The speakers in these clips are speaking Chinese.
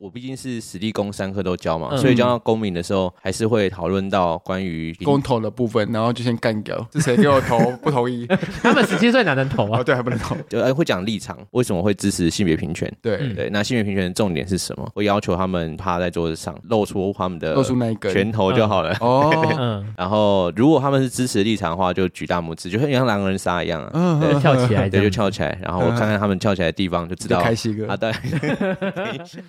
我毕竟是实力工三科都教嘛，嗯所以教到公民的时候，还是会讨论到关于公投的部分，然后就先干掉， 是谁给我投不同意？他们十七岁哪能投啊哦，？对，还不能投。呃会讲立场，为什么会支持性别平权？对，嗯对，那性别平权的重点是什么？会要求他们趴在桌子上，露出他们的露出那一根。拳头就好了。哦， 嗯，然后，如果他们是支持立场的话，就举大拇指，就像狼人杀一样啊，嗯对就跳起来哎这对，样就翘起来，然后看看他们翘起来的地方，就知就道开西哥啊，。对， 等一下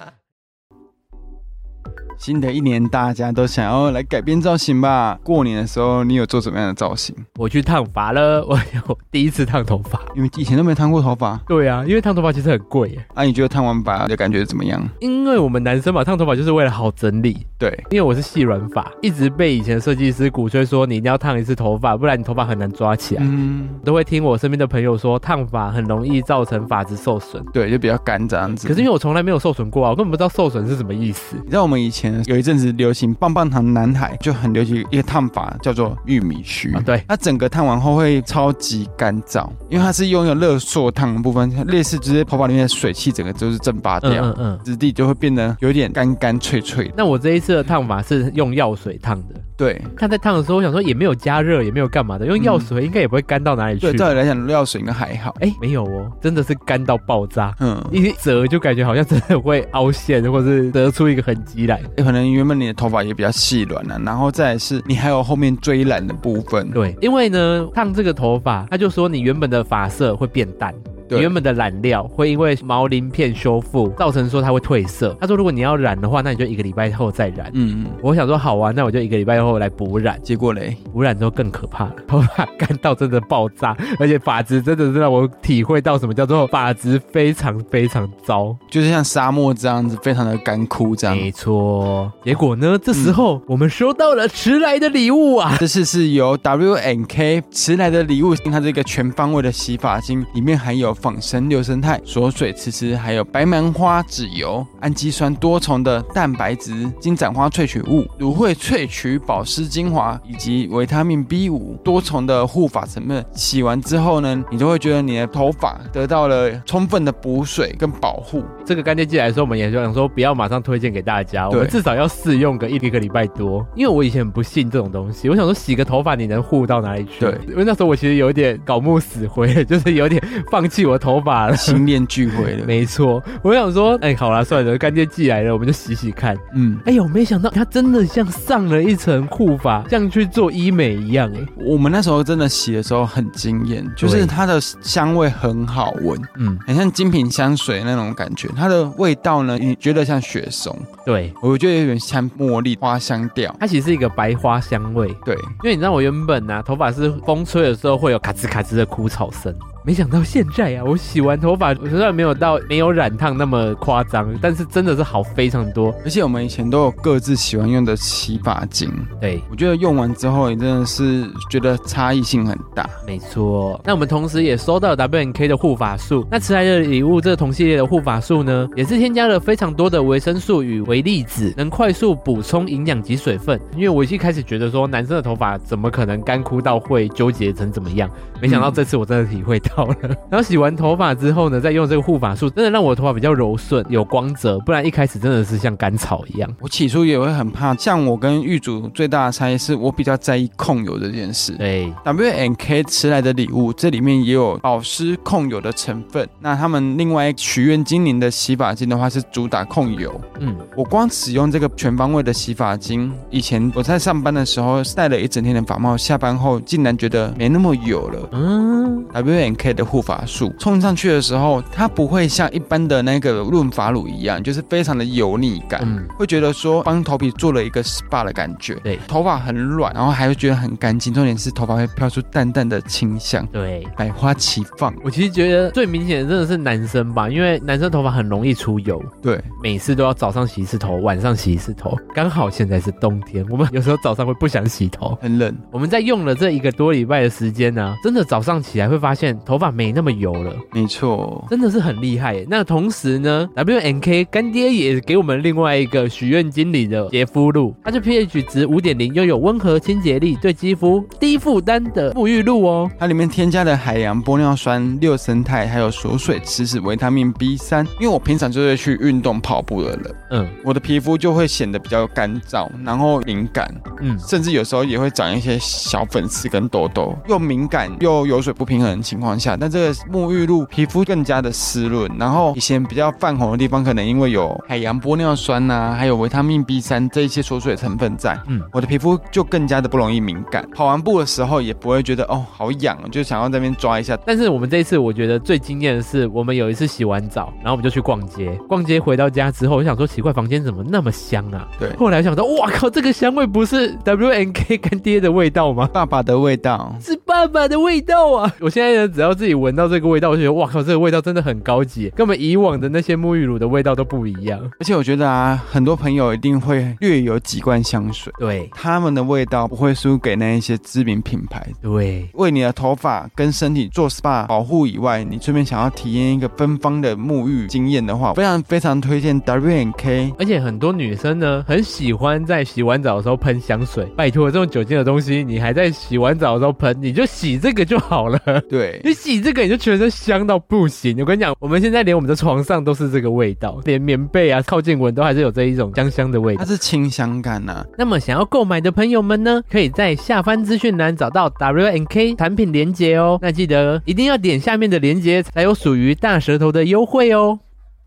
新的一年，大家都想要来改变造型吧？过年的时候，你有做怎么样的造型？我去烫发了，我有第一次烫头发。因为以前都没烫过头发， 对啊，因为烫头发其实很贵耶，啊，你觉得烫完发的感觉怎么样？因为我们男生嘛，烫头发就是为了好整理。对，因为我是细软发，一直被以前的设计师鼓吹说你一定要烫一次头发，不然你头发很难抓起来。嗯，我都会听我身边的朋友说，烫发很容易造成发质受损。对，就比较干这样子。可是因为我从来没有受损过啊，我根本不知道受损是什么意思。你知道我们以前有一阵子流行棒棒糖男孩，就很流行一个烫法叫做玉米须啊对它整个烫完后会超级干燥，因为它是拥有热缩烫的部分，类似直接头发里面的水汽整个就是蒸发掉，嗯嗯嗯。质地就会变得有点干干脆脆的。那我这一次的烫发是用药水烫的，对他在烫的时候，我想说也没有加热，也没有干嘛的，用药水应该也不会干到哪里去对，。照理来讲料水应该还好，哎、没有哦，真的是干到爆炸。嗯，一折就感觉好像真的会凹陷，或是折出一个痕迹来。可能原本你的头发也比较细软了、然后再来是你还有后面追染的部分，对，因为呢，烫这个头发，他就说你原本的发色会变淡，你原本本的染料会因为毛鳞片修复造成说它会褪色。他说如果你要染的话，那你就一个礼拜后再染。嗯，嗯我想说好啊，那我就一个礼拜后来补染，结果嘞，补染之后更可怕了， 头发干到真的爆炸，而且发质真的是让我体会到什么叫做发质非常非常糟。就是像沙漠这样子，非常的干枯这样。没错，结果呢，这时候、我们收到了迟来的礼物啊，这次是由 W N K 迟来的礼物，它这个全方位的洗发精，里面含有仿生六生态、锁水磁石，还有白蛮花籽油、氨基酸多重的蛋白质、金盏花萃取物、芦荟萃取保湿精华，以及维他命 B 五多重的护发成分。洗完之后呢，你就会觉得你的头发得到了充分的补水跟保护。 这个干爹寄来的时候，我们也就想说不要马上推荐给大家，我对们至少要试用个一一个礼拜多。因为我以前很不信这种东西，我想说洗个头发你能护到哪里去？对因为那时候我其实有点搞木死灰， 就是有点放弃我头发了。新恋聚会 了，没错，我想说，哎、好啦，算了，干爹寄来了，我们就洗洗看。嗯。哎呦，没想到它真的像上了一层护发，像去做医美一样、哎，我们那时候真的洗的时候很惊艳，就是对它的香味很好闻，嗯，很像精品香水那种感觉。它的味道呢，你觉得像雪松，对，我觉得有点像茉莉花香调。它其实是一个白花香味。对，因为你知道我原本啊，头发是风吹的时候会有咔吱咔吱的枯草声，没想到现在啊，我洗完头发，我虽然没有到没有染烫那么夸张，但是真的是好非常多。而且我们以前都有各自喜欢用的洗发精，对，我觉得用完之后，也真的是觉得差异性很大。没错。那我们同时也收到了 W N K 的护发素，那迟来的礼物这个同系列的护发素呢，也是添加了非常多的维生素与微粒子，能快速补充营养及水分。因为我一开始觉得说男生的头发怎么可能干枯到会纠结成怎么样，没想到这次我真的体会到 了。然后洗完头发之后呢，再用这个护发素，真的让我的头发比较柔顺，有光泽，不然一开始真的是像干草一样。我起初也会很怕，像我跟玉主最大的差异是我比较在意控油这件事。对， W N K 迟来的礼物，这里面也有保湿控油的成分。那他们另外许愿精灵的洗发精的话，是主打控油。嗯，我光使用这个全方位的洗发精，以前我在上班的时候戴了一整天的发帽，下班后竟然觉得没那么油了。嗯， W N K 的护发素冲上去的时候，它不会像一般的那个润发乳一样，就是非常的油腻感。嗯，会觉得说帮头皮做了一个 SPA 的感觉，对头发很软，然后还会觉得很干净，重点是头发会飘出淡淡的清香，对。百花齐放。我其实觉得最明显的真的是男生吧，因为男生头发很容易出油，对，每次都要早上洗一次头，晚上洗一次头。刚好现在是冬天，我们有时候早上会不想洗头。很冷，我们在用了这一个多礼拜的时间呢、真的早上起来会发现头头发没那么油了，没错，真的是很厉害耶。那同时呢，W N K 干爹也给我们另外一个许愿精灵的洁肤露，它是 pH 值五点零，拥有温和清洁力，对肌肤低负担的沐浴露哦。它里面添加了海洋玻尿酸、六生肽，还有锁水、磁石、维他命 B 三。因为我平常就是去运动跑步的人，嗯我的皮肤就会显得比较干燥，然后敏感，嗯，甚至有时候也会长一些小粉刺跟痘痘，又敏感又油水不平衡的情况下，但这个沐浴露皮肤更加的湿润，然后以前比较泛红的地方，可能因为有海洋玻尿酸呐、还有维他命 B 三这一些锁水成分在，嗯嗯，我的皮肤就更加的不容易敏感，跑完步的时候也不会觉得哦好痒，就想要在那边抓一下。但是我们这一次，我觉得最惊艳的是，我们有一次洗完澡，然后我们就去逛街。逛街回到家之后，我想说奇怪，房间怎么那么香啊？对后来想到，哇靠，这个香味不是 W N K 干爹的味道吗？爸爸的味道，是爸爸的味道啊！我现在呢，只要自己闻到这个味道，我就觉得哇靠，这个味道真的很高级，跟我们以往的那些沐浴乳的味道都不一样。而且我觉得啊，很多朋友一定会略有几罐香水，对他们的味道不会输给那一些知名品牌对，为你的头发跟身体做 SPA 保护以外，你顺便想要体验一个芬芳的沐浴经验的话，非常非常推荐 W N K。而且很多女生呢，很喜欢在洗完澡的时候喷香水。拜托，这种酒精的东西，你还在洗完澡的时候喷，你就洗这个就好了。对，你洗这个你就全身香到不行。我跟你讲，我们现在连我们的床上都是这个味道，连棉被啊靠近闻都还是有这一种香香的味它道。是清香感呐、啊。那么想要购买的朋友们呢，可以在下方资讯栏找到 W N K 产品连接哦。那记得一定要点下面的连接，才有属于大舌头的优惠哦。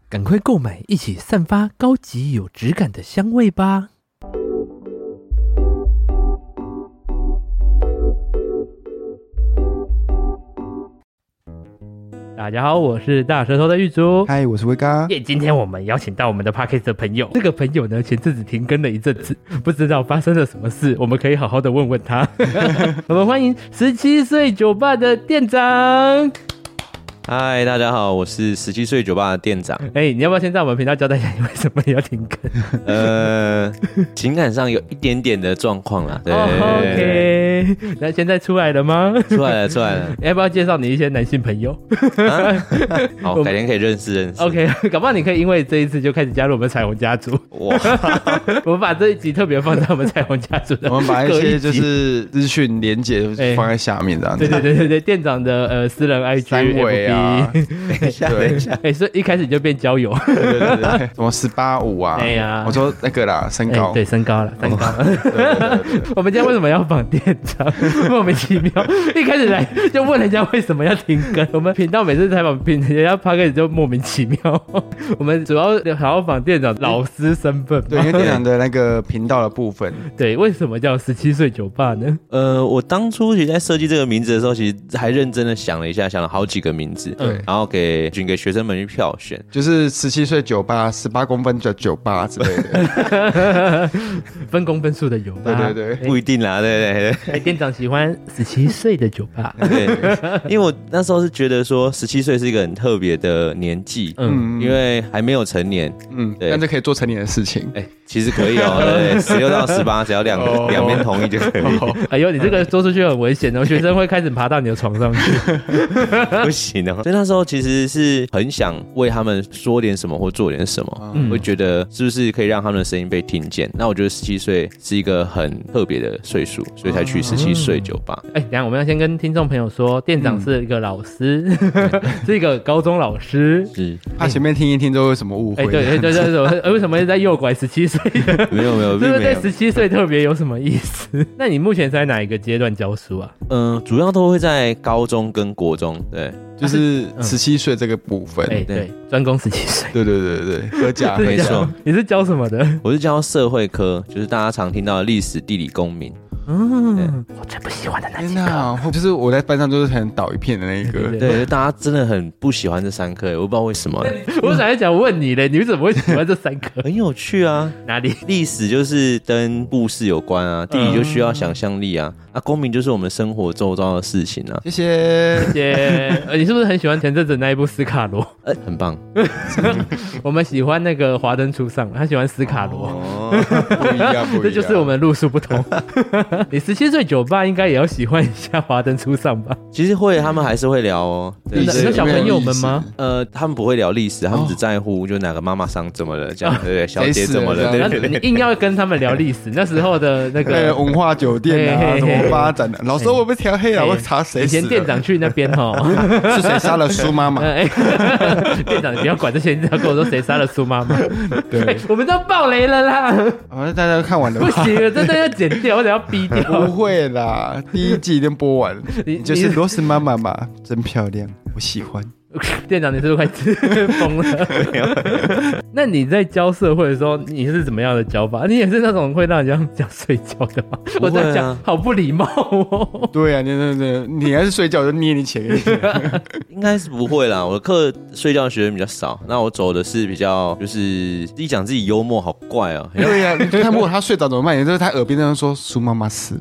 赶快购买，一起散发高级有质感的香味吧！大家好，我是大舌头的玉竹。嗨，我是威哥。耶！今天我们邀请到我们的 Parkes 的朋友，这个朋友呢前阵子停更了一阵子，不知道发生了什么事，我们可以好好的问问他。 我们欢迎十七岁酒吧的店长。嗨，大家好，我是十七岁酒吧的店长。哎、你要不要先在我们频道交代一下你为什么要停更呃，情感上有一点点的状况啦。对 哦？OK，那现在出来了吗？哎出来了，出来了。要不要介绍你一些男性朋友 啊好，改天可以认识认识。 ？OK，搞不好你可以因为这一次就开始加入我们彩虹家 族。哇，我们把这一集特别放在我们彩虹家族的我们把一各集些就是资讯连接放在下面这 样对子。对对对对，店长的呃私人 IG 三维 FB 啊等一下，对等一下。哎、所以一开始就变 交友，对对对对对，什么十八五啊？哎呀我说那个啦，身哎、高。哦对，身高了，身高。对对对对 我们今天为什么要绑店长？ 莫名其妙，一开始来就问人家为什么要停更。我们频道每次采访评人家 p a 就莫名其妙。 我们主要好好绑店长老师身份嘛。对，因为店长的那个频道的部分，对，为什么叫十七岁酒吧呢？ 呃，我当初其实在设计这个名字的时候，其实还认真的想了一下，想了好几个名字，嗯然后给选给学生们去票选。就是十七岁酒吧、十八公分的酒吧之类 的。分工分数的酒吧。对对不一定啦，对对对哎、店长喜欢十七岁的酒吧。对， 因为我那时候是觉得说，十七岁是一个很特别的年纪，嗯，因为还没有成年，嗯，对但这可以做成年的事情。哎、其实可以哦，对对，十六到十八，只要两哦两边同意就可 以，哎呦，你这个嗯说出去很危险哦，学生会开始爬到你的床上去。 不行哦。所以那时候其实是很想为他们说点什么或做点什么，嗯会觉得是不是可以让他们的声音被听见？那我觉得十七岁是一个很特别的岁数，所以才嗯去十七岁酒吧。哎、等一下我们要先跟听众朋友说，店嗯长是一个老师， 是一个高中老师。是他前面听一听都有什么误哎、会？对对对对对，呃为什么在诱拐十七岁？没有没 有这并个没对有，十七岁特别有什么意思？那你目前在哪一个阶段教书啊？嗯、主要都会在高中跟国中，对，就是嗯十七岁这个部分。哎、对对，专攻十七岁。对对对对，对，合家对是没教错，你是教什么的？我是教社会科，就是大家常听到的历史、地理、公民。嗯，我最不喜欢的那天哪，会就是我在班上就是很倒一片的那一对个。对，就大家真的很不喜欢这三科，我不知道为 什么，我本来想问你嘞，你怎么会喜欢这三科？很有趣啊。哪里？历史就是跟故事有关嗯啊，地理就需要想象力啊，那、公民就是我们生活周遭的事情啊，谢谢。姐，呃你是不是很喜欢前阵子那一部《斯卡罗》？呃，很棒我们喜欢那个《华灯初上》，他喜欢斯卡罗。哦。 不一样，不一样。 这就是我们路数不同。你十七岁酒吧应该也要喜欢一下《华灯初上》吧？其实会，他们还是会聊哦。对真历对的嗯史你说小有没有朋友哦们历史吗？呃，他们不会聊历史，他们只在乎就哪个妈妈桑怎么了，这样哦对对？小啊姐怎么了？谁死对了对你对。硬要跟他们聊历 史，那时候的那呃，个文化酒店嘿嘿啊，嘿怎么发展的？老师，我被调黑了，嘿我查谁哎以死前了店长去那边哈， 是谁杀了苏妈妈？呃哎 店长你不要管这些，你只要跟我说谁杀了苏妈妈。哎对，我们都爆雷了 啦，好像大家都看完了不吧？行，啊真的要剪掉，我得要逼不掉。会啦，第一季已经播完了。你你就是罗斯妈妈嘛，真漂亮，我喜欢。你 店长，你是不是快疯了？那你在教社会的时候，你是怎么样的教法？你也是那种会让人家讲睡觉的吗？不会啊我在讲，好不礼貌哦。对啊，你那那，你要是睡觉我就捏你起来。应该是不会啦。我的课睡觉的学生比较少，那我走的是比较就是一讲自己幽默，好怪 哦、很像对呀、你就看如果他睡着怎么办？也就是他耳边这样说：“苏妈妈死了。”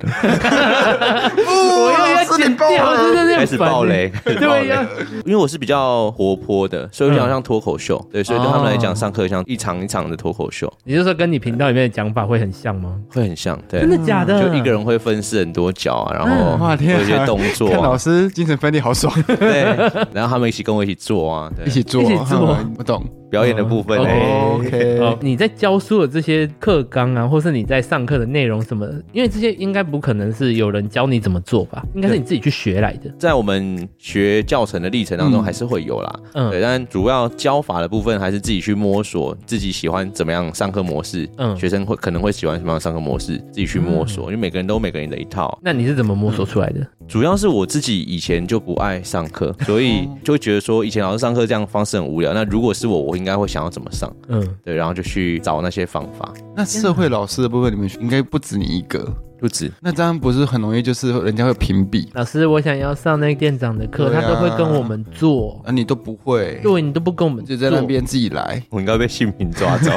我我又要剪掉，真的是开始很烦爆 雷，开始爆对啊雷呀、。因为我是比较活泼的，所以我想像脱口秀，对，所以对他们来哦讲，上课像一场一场的脱口秀，你就说跟你频道里面的讲法会很像吗？会很像，对真。的假的？就一个人会分饰很多角啊，然后嗯哇天啊有一些动作看老啊，师精神分裂好爽，对，然后他们一起跟我一起做啊，对一，起做，一起做嗯我懂。表演的部分哦哎 OK 哦，你在教书的这些课纲啊，或是你在上课的内容什么的，因为这些应该不可能是有人教你怎么做吧？应该是你自己去学来的。在我们学教程的历程当中嗯还是会有啦，嗯对，但主要教法的部分还是自己去摸索，自己喜欢怎么样上课模式，嗯学生会可能会喜欢什么样的上课模式，自己去摸嗯索，因为每个人都有每个人的一套，那你是怎么摸索出来的？主要是我自己以前就不爱上课，所以哦就会觉得说以前老师上课这样方式很无聊。那如果是我，我应该会想要怎么上？嗯，对，然后就去找那些方法。那社会老师的部分，你们应该不止你一个。不止，那这样不是很容易，就是人家会屏蔽老师，我想要上那个店长的课，对啊他都会跟我们做，啊，你都不会，对你都不跟我们做就在那。边自己来。我应该被性平抓走，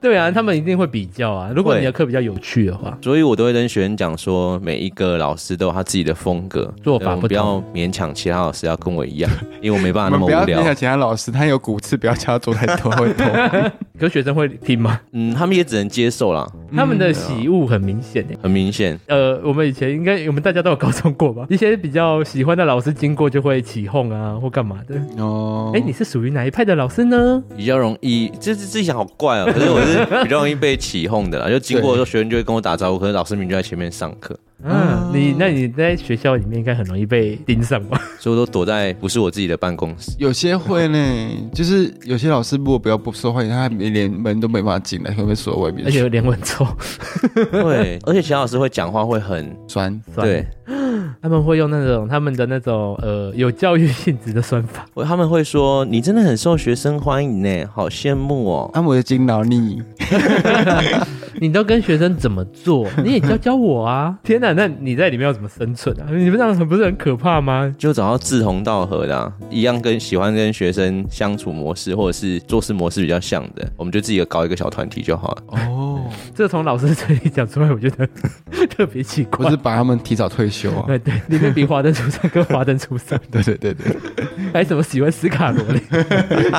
对啊，他们一定会比较啊。如果会你的课比较有趣的话， 所以我都会跟学生讲说，每一个老师都有他自己的风格做法对我们不不同要勉强其他老师要跟我 一样，因为我没办我啊法那们么不要无聊。影响其他老师，他有骨刺，不要叫他做太多，会 痛。可学生会听吗？嗯，他们也只能接受啦，嗯他们的喜恶很明显诶。很明显。呃，我们以前应该我们大家都有高中过吧？ 一些比较喜欢的老师经过就会起哄啊，或干嘛的。哦哎、你是属于哪一派的老师呢？比较容易，这这自己想好怪哦、可是我是比较容易被起哄的啦，就经过的时候，学生就会跟我打招呼，可是老师明明就在前面上课，啊，你那你在学校里面应该很容易被盯上吧？ 所以我都躲在不是我自己的办 公室。有些会呢，就是有些老师如果不要不受欢迎，他连门都没办法进来，会被锁到外面而且去有脸很臭，对，而且小老师会讲话会很酸。酸对，，他们会用那种他们的那种呃有教育性质的算法，我他们会说你真的很受学生欢迎呢，好羡慕哦。啊，我的金劳力，你都跟学生怎么 做，你也教教我啊！天哪，那你在里面要怎么生存啊？你们这样很不是很可怕吗？就找到志同道合的啊、一样跟喜欢跟学生相处模式或者是做事模式比较像的，我们就自己搞一个小团体就好 了。哦，这从老师嘴里讲出来，我觉得 特别奇不怪哎是。把他们提早退休啊？对对，里面比华灯初上跟华灯初上，对对对对，还什么喜欢斯卡罗嘞，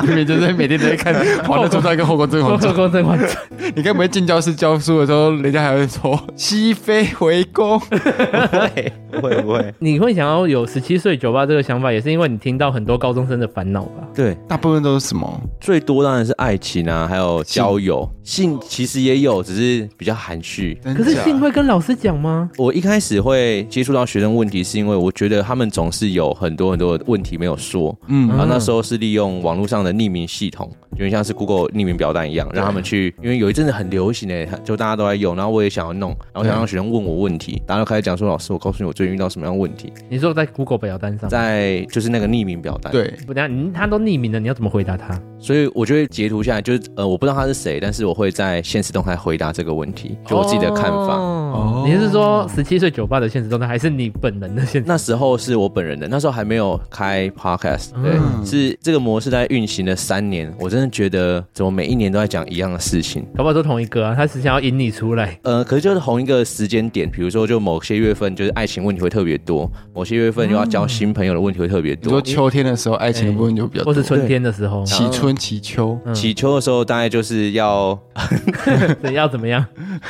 明明就是每天都 在看《华灯初上》跟《后宫甄说嬛后传》，宫甄嬛传你该不会进教室教书的时候，人家还会说 熹妃回宫？会会不会？ 你会想要有十七岁酒吧这个想法，也是因为你听到很多高中生的烦恼吧？ 对，大部分都是什么？最多当然是爱情啊，还有交友，性其实也有，只是比较含蓄。真可是假信会跟老师讲吗？我一开始会接触到学生问题，是因为我觉得他们总是有很多很多的问题没有说，嗯然啊后那时候是利用网络上的匿名系统，有点像是 Google 匿名表单一样，让他们去，因为有一阵子很流行诶，就大家都在用，然后我也想要弄，然后想让学生问我问题，大家都开始讲说，老师，我告诉你我最近遇到什么样的问题，你说在 Google 表单上，在就是那个匿名表单，，对，不然你他都匿名了，你要怎么回答他？所以我就会截图下来，就是呃，我不知道他是谁，但是我会在现实动态回答这个问题，就我自己的看法。哦哦你是说十七岁酒吧的现实动态，还是你本人的现实？那时候是我本人的，那时候还没有开 podcast，对，嗯是这个模式在运行了三年，我真的觉得怎么每一年都在讲一样的事情。搞不好都同一个啊，他只想要引你出来。呃，可是就是同一个时间点，比如说就某些月份就是爱情问题会特别多，某些月份又要交新朋友的问题会特别你说多。秋天的时候，爱情的部分就比较哎或多，是春天的时候，起春起秋，嗯起秋的时候大概就是要 对要怎么 样？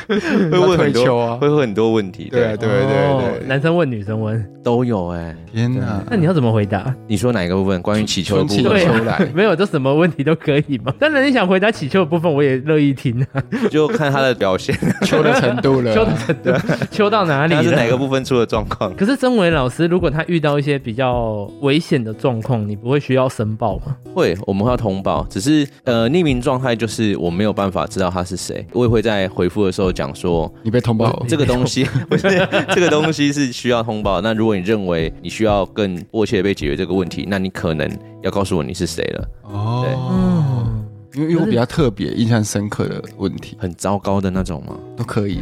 会要退休啊，会问很多问题，对啊对对哦对，男生问女生问，都有哎、天哪！那你要怎么回答？你说哪一个部分？关于起球的春部起分，对秋啊来，没有，就什么问题都可以嘛。 当然，你想回答起秋的部分，我也乐意听啊。 就看他的表现， 秋的程度了，秋的程啊度，秋到哪里他是了哪？个部分出了状况。可是曾伟老师，如果他遇到一些比较危险的状况，你不会需要申报吗？会，我们会要通报，只是呃，匿名状态就是我没有办法知道他是谁，我也会在回复的时候讲说。你被通报了，这个东西 不是这个东西是需要通报。那如果你认为你需要更迫切地被解决这个问题，那你可能要告诉我你是谁了。哦，因为因为我比较特别、印象深刻的问题很糟糕的那种吗？都可以，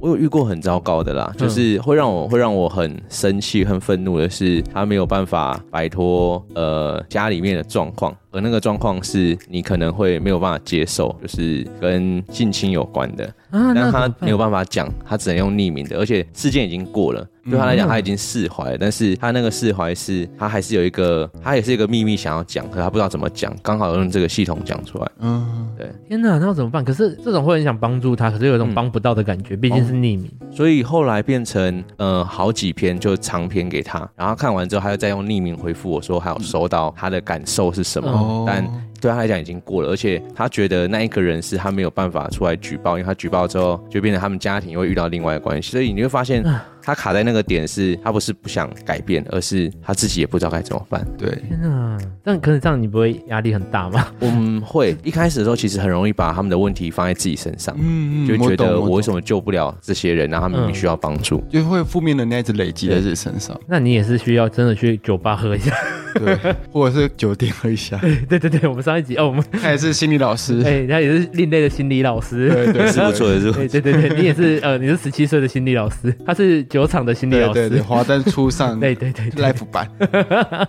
我有遇过很糟糕的啦，就是会让我会让我很生气、很愤怒的是，他没有办法摆脱呃家里面的状况，而那个状况是你可能会没有办法接受，就是跟近亲有关的，但啊，那怎么他办没有办法讲，他只能用匿名的，而且事件已经过了，嗯对他来讲他已经释怀了，但是他那个释怀是他还是有一个，他也是一个秘密想要讲，可他不知道怎么讲，刚好用这个系统讲出来。嗯，天哪，那要怎么办？可是这种会很想帮助他，可是有一种嗯帮不到的感觉，毕竟是匿名。哦所以后来变成呃好几篇就长篇给他，然后看完之后，他又再用匿名回复我说，还有收到他的感受是什么。嗯哦，但对他来讲已经过了，而且他觉得那一个人是他没有办法出来举报，因为他举报之后就变成他们家庭又会遇到另外的关系，所以你会发现啊他卡在那个点是，他不是不想改变，而是他自己也不知道该怎么办。对，天哪，但可是这样你不会压力很大吗？ 我们会一开始的时候其实很容易把他们的问题放在自己身上，嗯就觉得我嗯为为什么救不了这些人，然后他们明明需要帮助。就会负面能量一直累积在自己身上，那你也是需要真的去酒吧喝一下。 对， 或者是酒店喝一下，对对对，我们上一集哦，我 们他也是心理老师，哎，他也是另类的心理老师。对对， 是不错的，是不错 对对对对，你也是呃，你是十七岁的心理老师，他是酒厂的心理对老对对，师。华灯初上对对对对， ，life 版，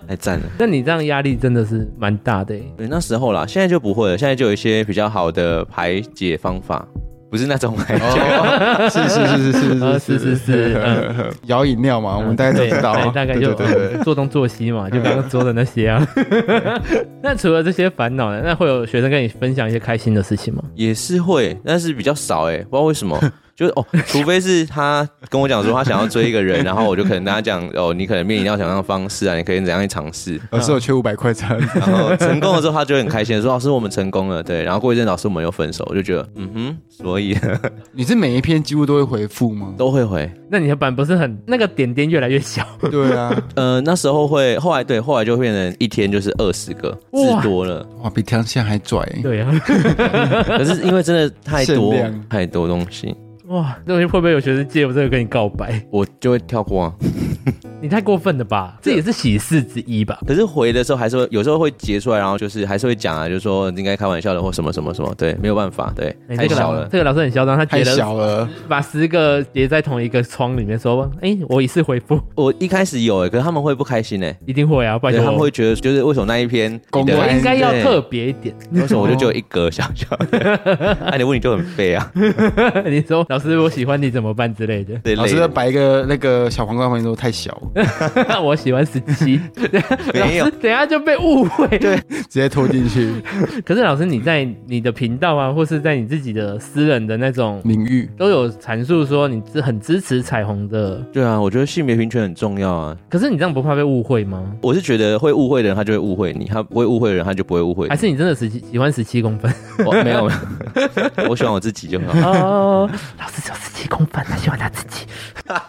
太赞了。那你这样压力真的是蛮大的欸。哎对，那时候啦，现在就不会了，现在就有一些比较好的排解方法，不是那种排解。哦，是是是啊是是是是是嗯， 摇饮料嘛，我们大概都知道啊对，大概就对对对对嗯做东做西嘛，就刚刚说的那些啊。 那除了这些烦恼呢，那会有学生跟你分享一些开心的事情吗？也是会，但是比较少哎、不知道为 什么。就是哦，除非是他跟我讲说他想要追一个人，然后我就可能跟他讲哦，你可能面临到什么样的方式啊，你可以怎样去尝试。老师我缺五百块钱，然后成功了之后，他就会很开心地说：“老啊师，我们成功了。”对，然后过一阵，老师我们又分手，我就觉得嗯哼，所以 你是每一篇几乎都会回复吗？都会回。那你的版不是很那个点点越来越小， 对啊，呃，那时候会，后来对，后来就变成一天就是二十个，哇至多了。哇，比天线还拽，对啊，可是因为真的太多限量太多东西，哇，那会不会有学生借我这个跟你告白？我就会跳过啊。你太过分了啊吧？这也是喜事之一吧？可是回的时候还是会有时候会截出来，然后就是还是会讲啊，就是说应该开玩笑的或什么什么什么，对，没有办法，对，哎太这个小老了。这个老师很嚣张，他太觉得小了，把十个叠在同一个窗里面，说，哎，我一次回复我一开始有哎、可是他们会不开心哎、一定会啊，拜对，托，他们会觉得就是为什么那一篇公你的我关应该要对特别一点。为什么我就只有哦一格小小 的？那、你问你就很废啊，你说老师，我喜欢你怎么办之类 的。对，老累师在的。摆一个那个小黄瓜旁边说太小 了，我喜欢十七， 老 没有师等一下就被误会。对，直接拖进去可是老师你在你的频道啊，或是在你自己的私人的那种，领域。都有阐述说你是很支持彩虹的。对啊，我觉得性别平权很重要啊。可是你这样不怕被误会吗？我是觉得会误会的人，他就会误会你；他不会误会的人，他就不会误会还你。是你真的十七喜欢十七公分？ 我没有，没有 我喜欢我自己就好。哦， 老师只有十七公分，啊他喜欢他自己，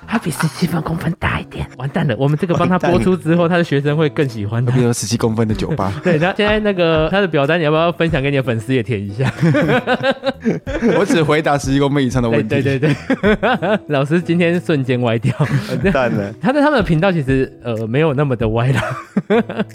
他比十七分公分大一点。完蛋了，我们这个帮他播出之后，他的学生会更喜欢那 他，边。有十七公分的酒吧 对他现在那个他的表单，你要不要分享给你的粉丝也填一下？我只回答十七公分以上的问对题。对对对， 老师今天瞬间歪掉，蛋了，他在他们的频道其实呃没有那么的歪啦，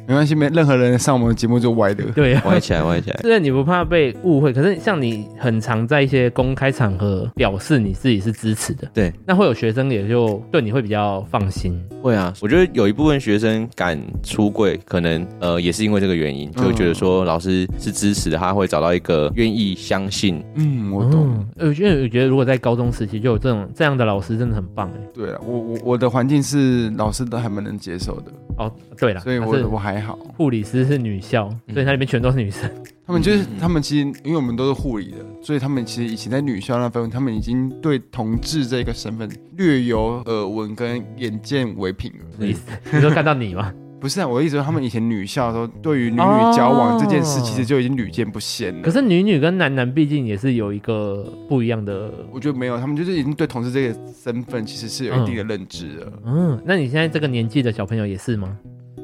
没关系，没任何人上我们的节目就歪的。对啊。歪起来，歪起来。虽然你不怕被误会，可是像你很常在一些公开场合表示你自己是支持的，对，那会有学生也就对你会比较放心。会啊，我觉得有一部分学生敢出柜，可能呃也是因为这个原因，就会觉得说老师是支持的，他会找到一个愿意相信。嗯，我懂。嗯，我觉得我觉得如果在高中时期就有这种这样的老师，真的很棒哎。对啊，我我我的环境是老师都还蛮能接受的，哦，对了，所以她我是我还好。护理师是女校，嗯所以它里面全都是女生。 他们就是嗯他们，其实因为我们都是护理的，所以他们其实以前在女校那方面，他们已经对同志这个身份略有耳闻跟眼见为凭了。嗯你你说看到你吗？不是啊，我一直说他们以前女校的时候，对于女女交往这件事，哦其实就已经屡见不鲜了。可是女女跟男男毕竟也是有一个不一样的。我觉得没有，他们就是已经对同志这个身份其实是有一定的认啊知了，嗯，那你现在这个年纪的小朋友也是吗？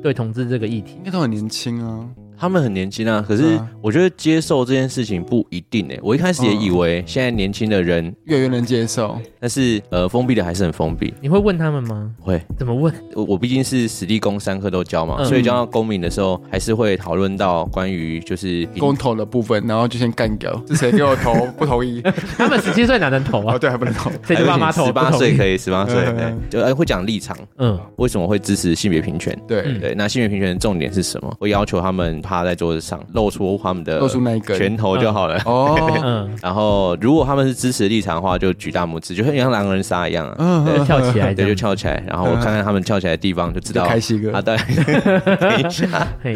对同志这个议题应，该都很年轻啊。他们很年轻啊，可对是啊我觉得接受这件事情不一定诶、我一开始也以为现在年轻的人，越来越能接受，但是呃封闭的还是很封闭。你会问他们吗？会，怎么问？我我毕竟是实地公三科都教嘛，嗯所以教到公民的时候，还是会讨论到关于就是平公投的部分，然后就先干掉， 是谁给我投不 同意？他们十七岁哪能投哦，啊？对，还不能投。谁的爸妈投？十八不同岁意可以，十八岁嗯对，就哎会讲立场，嗯，为什么会支持性别平权？对嗯，对，那性别平权的重点是什么？会要求他们趴在桌子上，露出他们的露出那一根。拳头就好了。哦，嗯然后，如果他们是支持的立场的话，就举大拇指，就像像狼人杀一样啊，嗯，就跳起来这对，就样，翘起来，然后我看看他们翘起来的地方，就知就道开心啊，哥。对， 等一下，嘿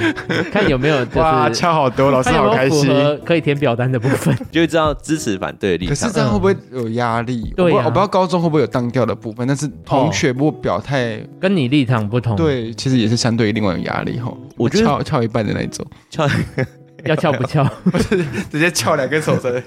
看有没有就是哇， 敲好多，老师看有哎好没开有符心。合可以填表单的部 分。就会知道支持反对的立可场嗯是。这样会不会有压力？对啊我不我不知道高中会不会有当掉的部分，但是哦同学不表态，跟你立场不同，，对，其实也是相对另外有压力吼。我觉得翘翘一半的那一 种，翘，要翘不翘？直接翘两根手指。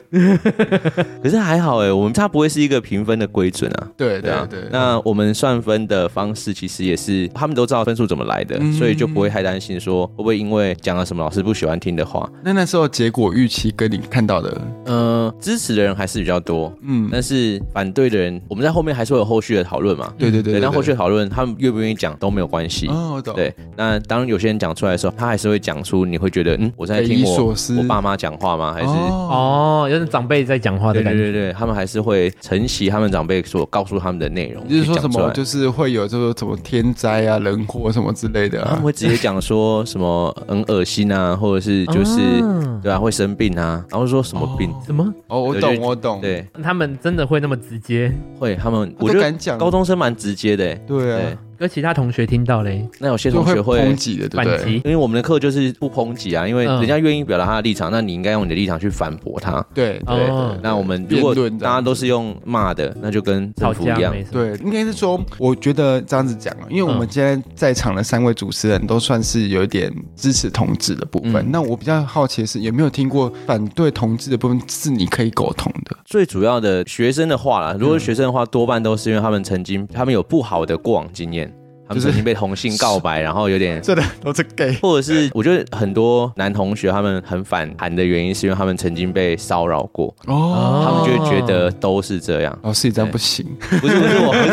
可是还好哎，我们它不会是一个评分的规准啊。 对对啊对，对，那我们算分的方式其实也是，他们都知道分数怎么来的，嗯所以就不会太担心说会不会因为讲了什么老师不喜欢听的话。那那时候结果预期跟你看到的，嗯、支持的人还是比较多，嗯，但是反对的人，我们在后面还是会有后续的讨论嘛。对对对对，但后续对的讨论他们愿不愿意讲都没有关系。哦，我懂，对，那当有些人讲出来的时候，他还是会讲出你会觉得，嗯，我是在匪听夷我所思，我爸妈讲话吗？还是、 哦，哦，有点长辈在讲话的对对感觉。对对，他们还是会承袭他们长辈所告诉他们的内容，就是说去什讲出么来就是会有这种什么天灾啊、人祸什么之类的他啊们，会直接讲说什 么很恶心啊，或者是就是、啊对啊会生病啊，然后说什么病，什么？哦，我对懂就我懂，，对，他们真的会那么直接？会他们我我觉就得敢讲，高中生蛮直接的、欸对对啊，，跟其他同学听到嘞，那有些就同学会抨击的，对反不对？击因为我们的课就是不抨击啊，因为嗯人家愿意表达他的立场，那你应该用你的立场去反驳他。对哦对，对那我们如辩果论这大样家子都是用骂的，那就跟吵政府架一样。没什么。对，应该是说，我觉得这样子讲啊了，因为我们今天在场的三位主持人都算是有一点支持同志的部分。嗯那我比较好奇的是，有没有听过反对同志的部分是你可以苟同的？最主要的学生的话嗯啦，如果是学生的话，多半都是因为他们曾经他们有不好的过往经验，他们就是曾经被同性告白，然后有 点。真的都是 gay 或者是我觉得很多男同学他们很反弹的原因，是因为他们曾经被骚扰过，哦。他们哦就会觉得都是这样。老师，你这样不行。不是不是我，不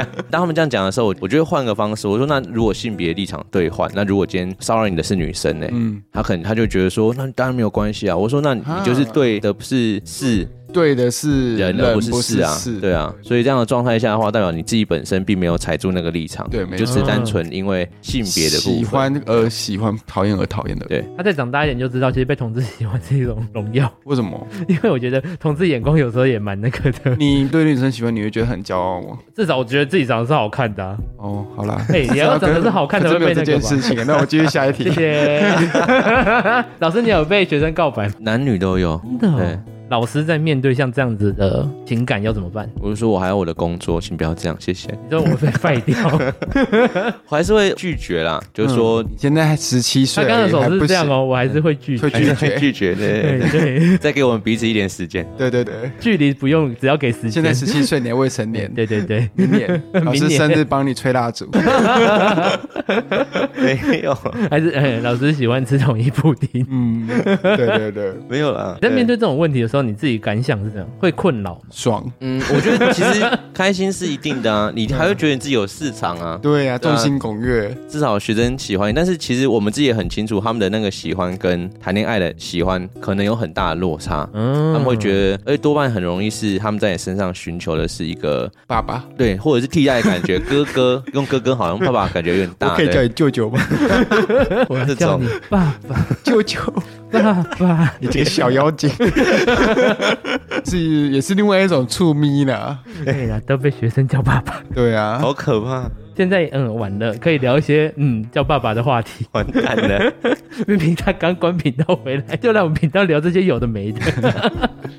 是。 当他们这样讲的时候，我我就会换个方式。我说，那如果性别立场兑换，那如果今天骚扰你的是女生呢、嗯，她可能她就觉得说，那当然没有关系啊。我说，那你啊就是对的，不是事对的是人，而人不是事啊，对啊。所以这样的状态下的话，代表你自己本身并没有踩住那个立场，对没就错是单纯因为性别的部喜分。欢而喜欢，讨厌而讨厌的。对他再长大一点就知道，其实被同志喜欢是一种荣耀，为什么？因为我觉得同志眼光有时候也蛮那个 的。你对女生喜欢，你会觉得很骄傲吗？至少我觉得自己长得是好看的、啊。哦，好啦。 哎、你要长得是好看的可会是被没有那这个件吧？事情啊。那我继续下一谢题。 谢。老师，你有被学生告白吗？男女都有，真的、对哦。老师在面对像这样子的情感要怎么办？我就说我还有我的工作，请不要这样，谢谢。你说我被废掉， 我还是会拒绝啦，就是说。你现在还十七他岁，刚刚的手还不是这样行哦，我还是会拒会绝。拒绝拒绝，对对对对，对，再给我们彼此一点时间。 对对对，距离不用，只要给时间。 现在十七岁，你还未成年，对对对， 明年老师生日帮你吹蜡烛，没有，还呃是、哎，老师喜欢吃统一布丁。 嗯，对对对，没有啦。在面对这种问题的时时候，你自己感想是怎样？会困扰吗？爽。嗯，我觉得其实开心是一定的 啊，你还会觉得你自己有市场啊，对呀、对啊众星拱月，至少学生喜欢你。但是其实我们自己也很清楚，他们的那个喜欢跟谈恋爱的喜欢可能有很大的落差。嗯，他们会觉得，而且多半很容易是他们在你身上寻求的是一个爸爸，对，或者是替代的感 觉。哥哥用哥哥好像爸爸感觉有点我 大，可以叫对你舅舅吗？我要这叫种你爸 爸， 舅舅，爸爸。你这个小妖精， 是也是另外一种触咪啦。对了，都被学生叫爸爸。对啊，好可怕，现在嗯晚了，可以聊一些嗯叫爸爸的话题。完蛋了！ 明明他刚关频道回来，就来我们频道聊这些有的没的。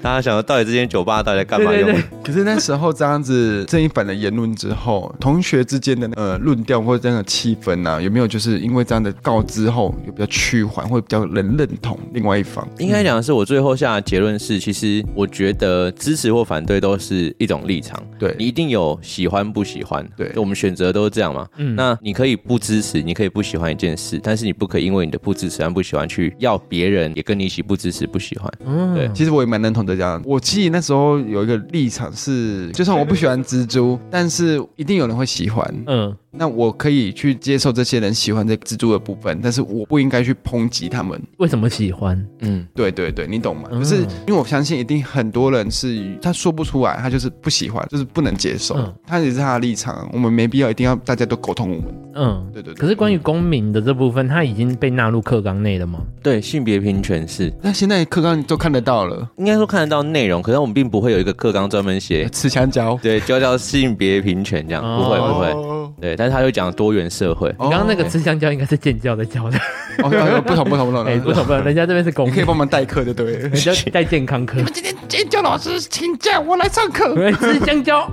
大家想到到底这间酒吧到底在干嘛对用对的对？可是那时候这样子正一反的言论之后，同学之间的呃论调或者那个气氛呐、啊，有没有就是因为这样的告知后，有比较趋缓，或者比较能认同另外一方？应该讲的是，我最后下的结论是，其实我觉得支持或反对都是一种立场，你对，一定有喜欢不喜欢，对就我们选择都是这样嘛。嗯那你可以不支持，你可以不喜欢一件事，但是你不可以因为你的不支持和不喜欢去要别人也跟你一起不支持不喜欢。 嗯，对其实我也蛮认同的这样。我记得那时候有一个立场是，就算我不喜欢蜘蛛，但是一定有人会喜欢，嗯那我可以去接受这些人喜欢这蜘蛛的部分，但是我不应该去抨击他们。为什么喜欢？嗯，对对对，你懂吗？嗯就是因为我相信，一定很多人是他说不出来，他就是不喜欢，就是不能接受，嗯他也是他的立场，我们没必要一定要大家都沟通我们。嗯，对对对。可是关于公民的这部分，它已经被纳入课纲内了吗？对，性别平权是那现在课纲都看得到了，应该说看得到内容，可是我们并不会有一个课纲专门写，吃香蕉对，就叫性别平权这样，哦不会不会。哦对，但是他就讲多元社会，你刚刚那个吃香蕉应该是建教在教 的，哦哦不同不同不同， 哎，不同不同，人家这边是公你可以民，帮忙代课就对了。人家带健康 课。今天尖叫老师请假，我来上课，吃香蕉，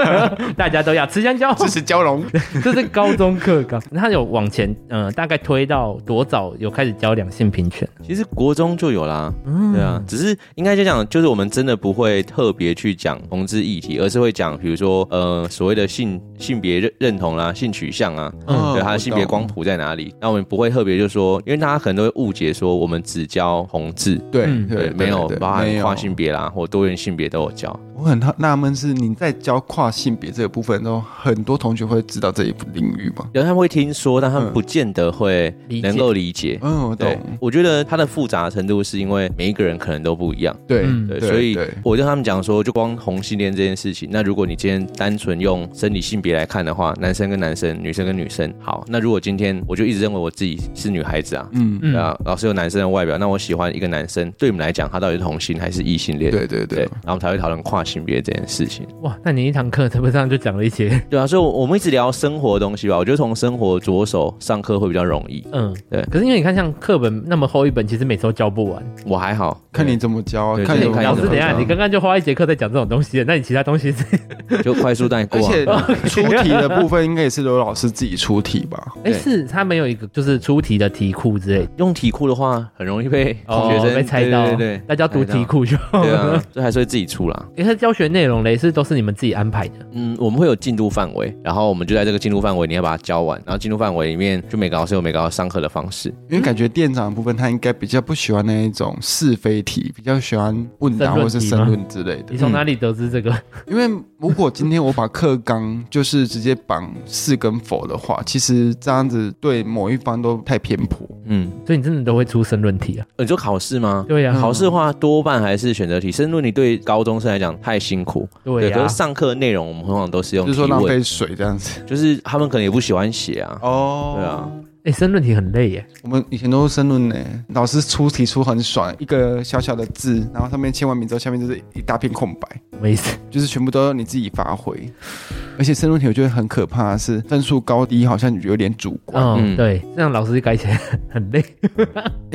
大家都要吃香 蕉。支持交融。这是高中课纲，他有往前，呃，大概推到多早有开始教两性平权？其实国中就有啦，对啊，只是应该就讲，就是我们真的不会特别去讲同志议题，而是会讲，比如说呃所谓的性性别认认同啦、性取向啊，嗯哦对，他的性别光谱，谱在哪里？那我们不会特别就说，因为大家可能都会误解说我们只教同志， 对嗯对，没有对包含没有跨性别啦或多元性别都有教，我很纳纳闷是，你在教跨性别这个部分的时候，很多同学会知道这一领域吗？有他们会听说，但他们嗯不见得会理解能够理解。嗯，我对懂，。我觉得它的复杂程度是因为每一个人可能都不一样。对嗯对，对所以对我跟他们讲说，就光同性恋这件事情，那如果你今天单纯用生理性别来看的话，男生跟男生，女生跟女生，好，那如果今天我就一直认为我自己是女孩子啊，嗯，对啊，老师有男生的外表，那我喜欢一个男生，对你们来讲，他到底是同性还是异性恋？对对对，对，然后我们才会讨论跨性别这件事情。嗯哇，那你一堂课在不上就讲了一些，对啊，所以我我们一直聊生活的东西吧，我觉得从生活着手上课会比较容易。嗯，对可是因为你看，像课本那么厚一本，其实每次都教不完。我还好，看你怎么教，啊对看你这怎个么看老师，怎等么一教下，你刚刚就花一节课在讲这种东西了，那你其他东西是？就快速带 而过、啊。且出题的部分应该也是刘老师自己出题吧？对哎，是他没有一个就是出题的题库之类的，哦用题库的话，很容易被同哦学生、被猜到，对对大家读题库就好对， 对了啊。，这还是会自己出啦。 因为它教学内容嘞是都是你们自己安排的，嗯，我们会有进度范围，然后我们就在这个进度范围，你要把它教完。然后进度范围里面，就每个老师有每个老师上课的方式。因为感觉店长的部分他应该比较不喜欢那一种是非题，比较喜欢问申论答题吗或是申论之类嗯的你。从哪里得知这个？因为如果今天我把课纲就是直接绑是跟否的 话，其实这样子对某一方都太偏颇。嗯，啊所以你真的都会出申论题啊？呃你说考试吗？对啊呀，考试的话，多半还是选择题。申论题对高中生来讲太辛苦，对啊可呀是，上课内容我们通常都啊是用就提是说浪问，费水这样子。就是他们可能也不喜欢写啊。哦对啊，哎，申论题很累耶，我们以前都是申论呢，老师出题出很爽，一个小小的字，然后上面签完名之后，下面就是一大片空白，什么意思？就是全部都要你自己发挥。而且申论题我觉得很可怕的是，分数高低好像有点主观。哎、嗯，嗯对，这样老师改起来 很累。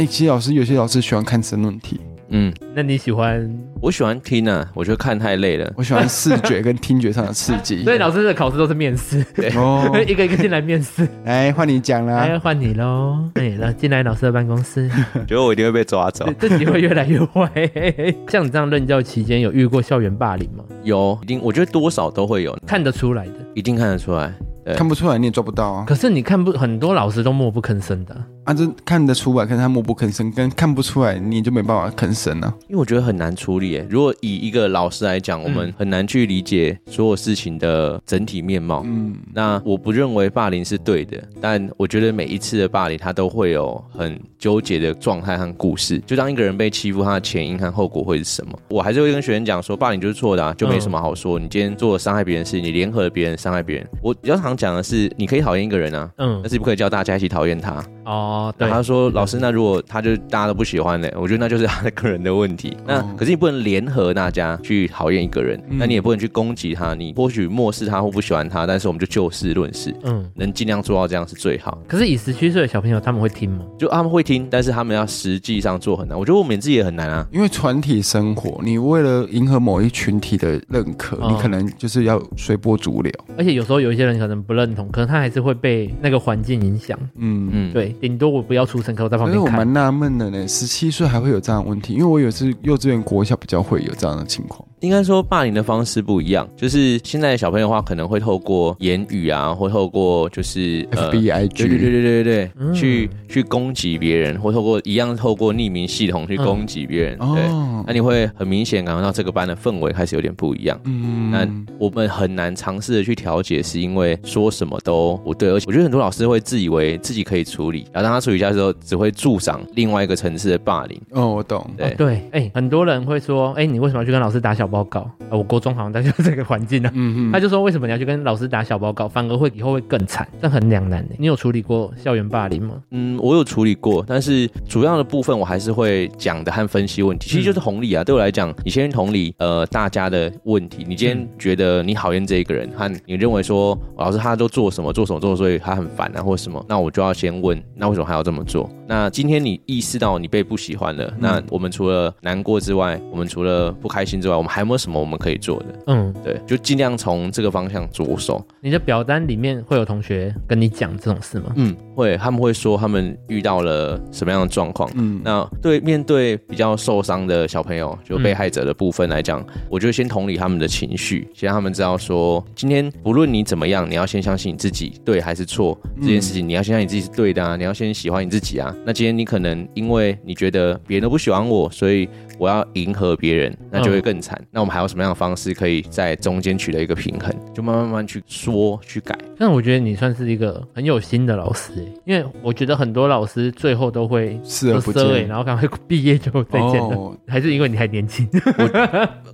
其实老师有些老师喜欢看申论题，嗯，那你喜欢？我喜欢听啊，我觉得看太累了。我喜欢视觉跟听觉上的刺 激。所以老师的考试都是面试，哦， 一个一个进来面试，来换你讲还啦。要哎换你喽。对，然后进来老师的办公室， 觉得我一定会被抓走。这这集会越来越坏。 像你这样任教期间，有遇过校园霸凌吗？ 有，一定，我觉得多少都会有，看得出来嗯的，一定看得出来。看不出来你也抓不到啊！可是你看不很多老师都默不吭声的，啊，这看得出来，可是它默不吭声，跟看不出来你就没办法啊吭声了。因为我觉得很难处理耶。如果以一个老师来讲，我们嗯很难去理解所有事情的整体面貌。嗯，那我不认为霸凌是对的，但我觉得每一次的霸凌，它都会有很纠结的状态和故事。就当一个人被欺负，他的前因和后果会是什么？我还是会跟学生讲说，霸凌就是错的、啊，就没什么好说。你今天做了伤害别人的事，你联合了别人伤害别人。我比较常讲的是，你可以讨厌一个人啊。嗯但，是不可以叫大家一起讨厌他。嗯哦，然对后，啊他说：“老师，那如果他就大家都不喜欢呢？我觉得那就是他的个人的问题。那哦可是你不能联合大家去讨厌一个人，嗯那你也不能去攻击他，你或许漠视他或不喜欢他，但是我们就就事论事，嗯。能尽量做到这样是最好。可是以十七岁的小朋友，他们会听吗？就他们会听，但是他们要实际上做很难。我觉得我们自己也很难啊。因为团体生活，你为了迎合某一群体的认可，哦你可能就是要随波逐流。而且有时候有一些人可能不认同，可能他还是会被那个环境影响。嗯嗯。嗯，，对，顶多我不要出声，可我在旁所以边我看。蛮纳闷的呢，十七岁还会有这样的问题，因为我有次幼稚园、国小比较会有这样的情况。应该说霸凌的方式不一样，就是现在的小朋友的话，可能会透过言语啊，或透过就是呃 F B I 对 G，对对对对对，嗯去去攻击别人，或透过一样透过匿名系统去攻击别人，对，哦那，你会很明显感觉到这个班的氛围开始有点不一样。嗯那我们很难尝试的去调节，是因为说什么都不对，而且我觉得很多老师会自以为自己可以处理，然后当他处理下之后，只会助长另外一个层次的霸凌。哦，我懂。对，对，哎、很多人会说，哎、你为什么要去跟老师打小报告？啊，我国中好像在就是这个环境啊。嗯他嗯，就说：“为什么你要去跟老师打小报告，反而会以后会更惨？这很两难的。欸你有处理过校园霸凌吗？嗯，我有处理过，但是主要的部分我还是会讲的和分析问题，其实就是同理啊。对我来讲，你先同理呃大家的问题，你今天觉得你讨厌这一个人，和你认为说哦老师他都做什么做什么做，所以他很烦啊或什么，那我就要先问，那为什么还要这么做？那今天你意识到你被不喜欢了，那我们除了难过之外，我们除了不开心之外，我们还有没有什么我们可以做的？嗯，对，就尽量从这个方向着手。你的表单里面会有同学跟你讲这种事吗？嗯，会，他们会说他们遇到了什么样的状况。嗯，那对面对比较受伤的小朋友，就嗯被害者的部分来讲，我就先同理他们的情绪，先让他们知道说，今天不论你怎么样，你要先相信你自己对还是错这件事情，嗯你要先相信你自己是对的啊，你要先喜欢你自己啊。那今天你可能因为你觉得别人都不喜欢我，所以我要迎合别人，那嗯就会更惨。那我们还有什么样的方式可以在中间取得一个平衡？就慢慢慢慢去说去改。但我觉得你算是一个很有心的老师，欸因为我觉得很多老师最后都会视而不说欸见。然后赶快毕业就再见了。哦，还是因为你还年轻，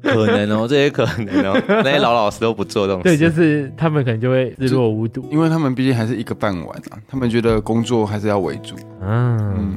可能哦，这些可能哦，那些老老师都不做这种事。对，就是他们可能就会视若无睹。因为他们毕竟还是一个饭碗啊，他们觉得工作还是要为主。嗯，嗯，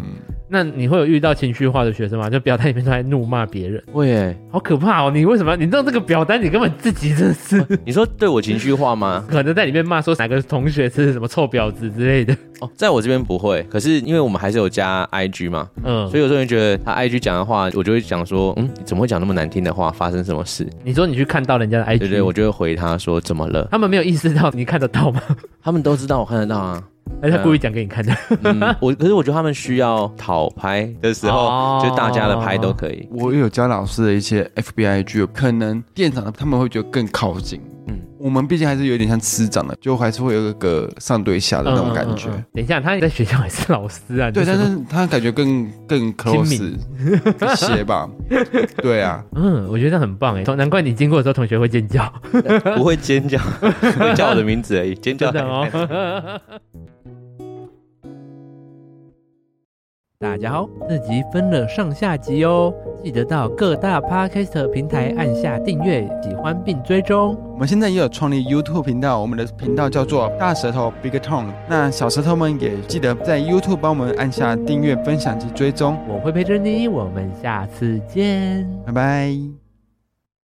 那你会有遇到情绪化的学生吗？就表单里面都在怒骂别人，会耶。好可怕哦！你为什么？你知道这个表单，你根本自己真的是你说对我情绪化吗？可能在里面骂说哪个同学是什么臭婊子之类的。哦，在我这边不会，可是因为我们还是有加 IG 嘛，嗯，所以有时候人觉得他 IG 讲的话，我就会讲说，嗯，你怎么会讲那么难听的话？发生什么事？你说你去看到人家的 IG，对对，我就会回他说怎么了？他们没有意识到你看得到吗？他们都知道我看得到啊，还是他故意讲给你看的？ 嗯，我可是我觉得他们需要讨拍的时候，哦就大家的拍都可以。我也有教老师的一些 FBI G，可能店长他们会觉得更靠近。嗯嗯，我们毕竟还是有点像师长的，就还是会有一个上对下 的那种感觉。嗯嗯嗯等一下，他在学校也是老师啊。对，你但说是他感觉更更 close 一些 吧。对啊，嗯，我觉得很棒哎，难怪你经过的时候同学会尖 叫，不会尖 叫，会叫我的名字而已，尖叫真。的哦。 大家好，这集分了上下集哦，记得到各大 podcast 平台按下订阅、喜欢并追踪。我们现在也有创立 YouTube 频道，我们的频道叫做大舌头 Big Tongue。那小舌头们也记得在 YouTube 帮我们按下订阅、分享及追踪。我会陪着你，我们下次见。拜拜。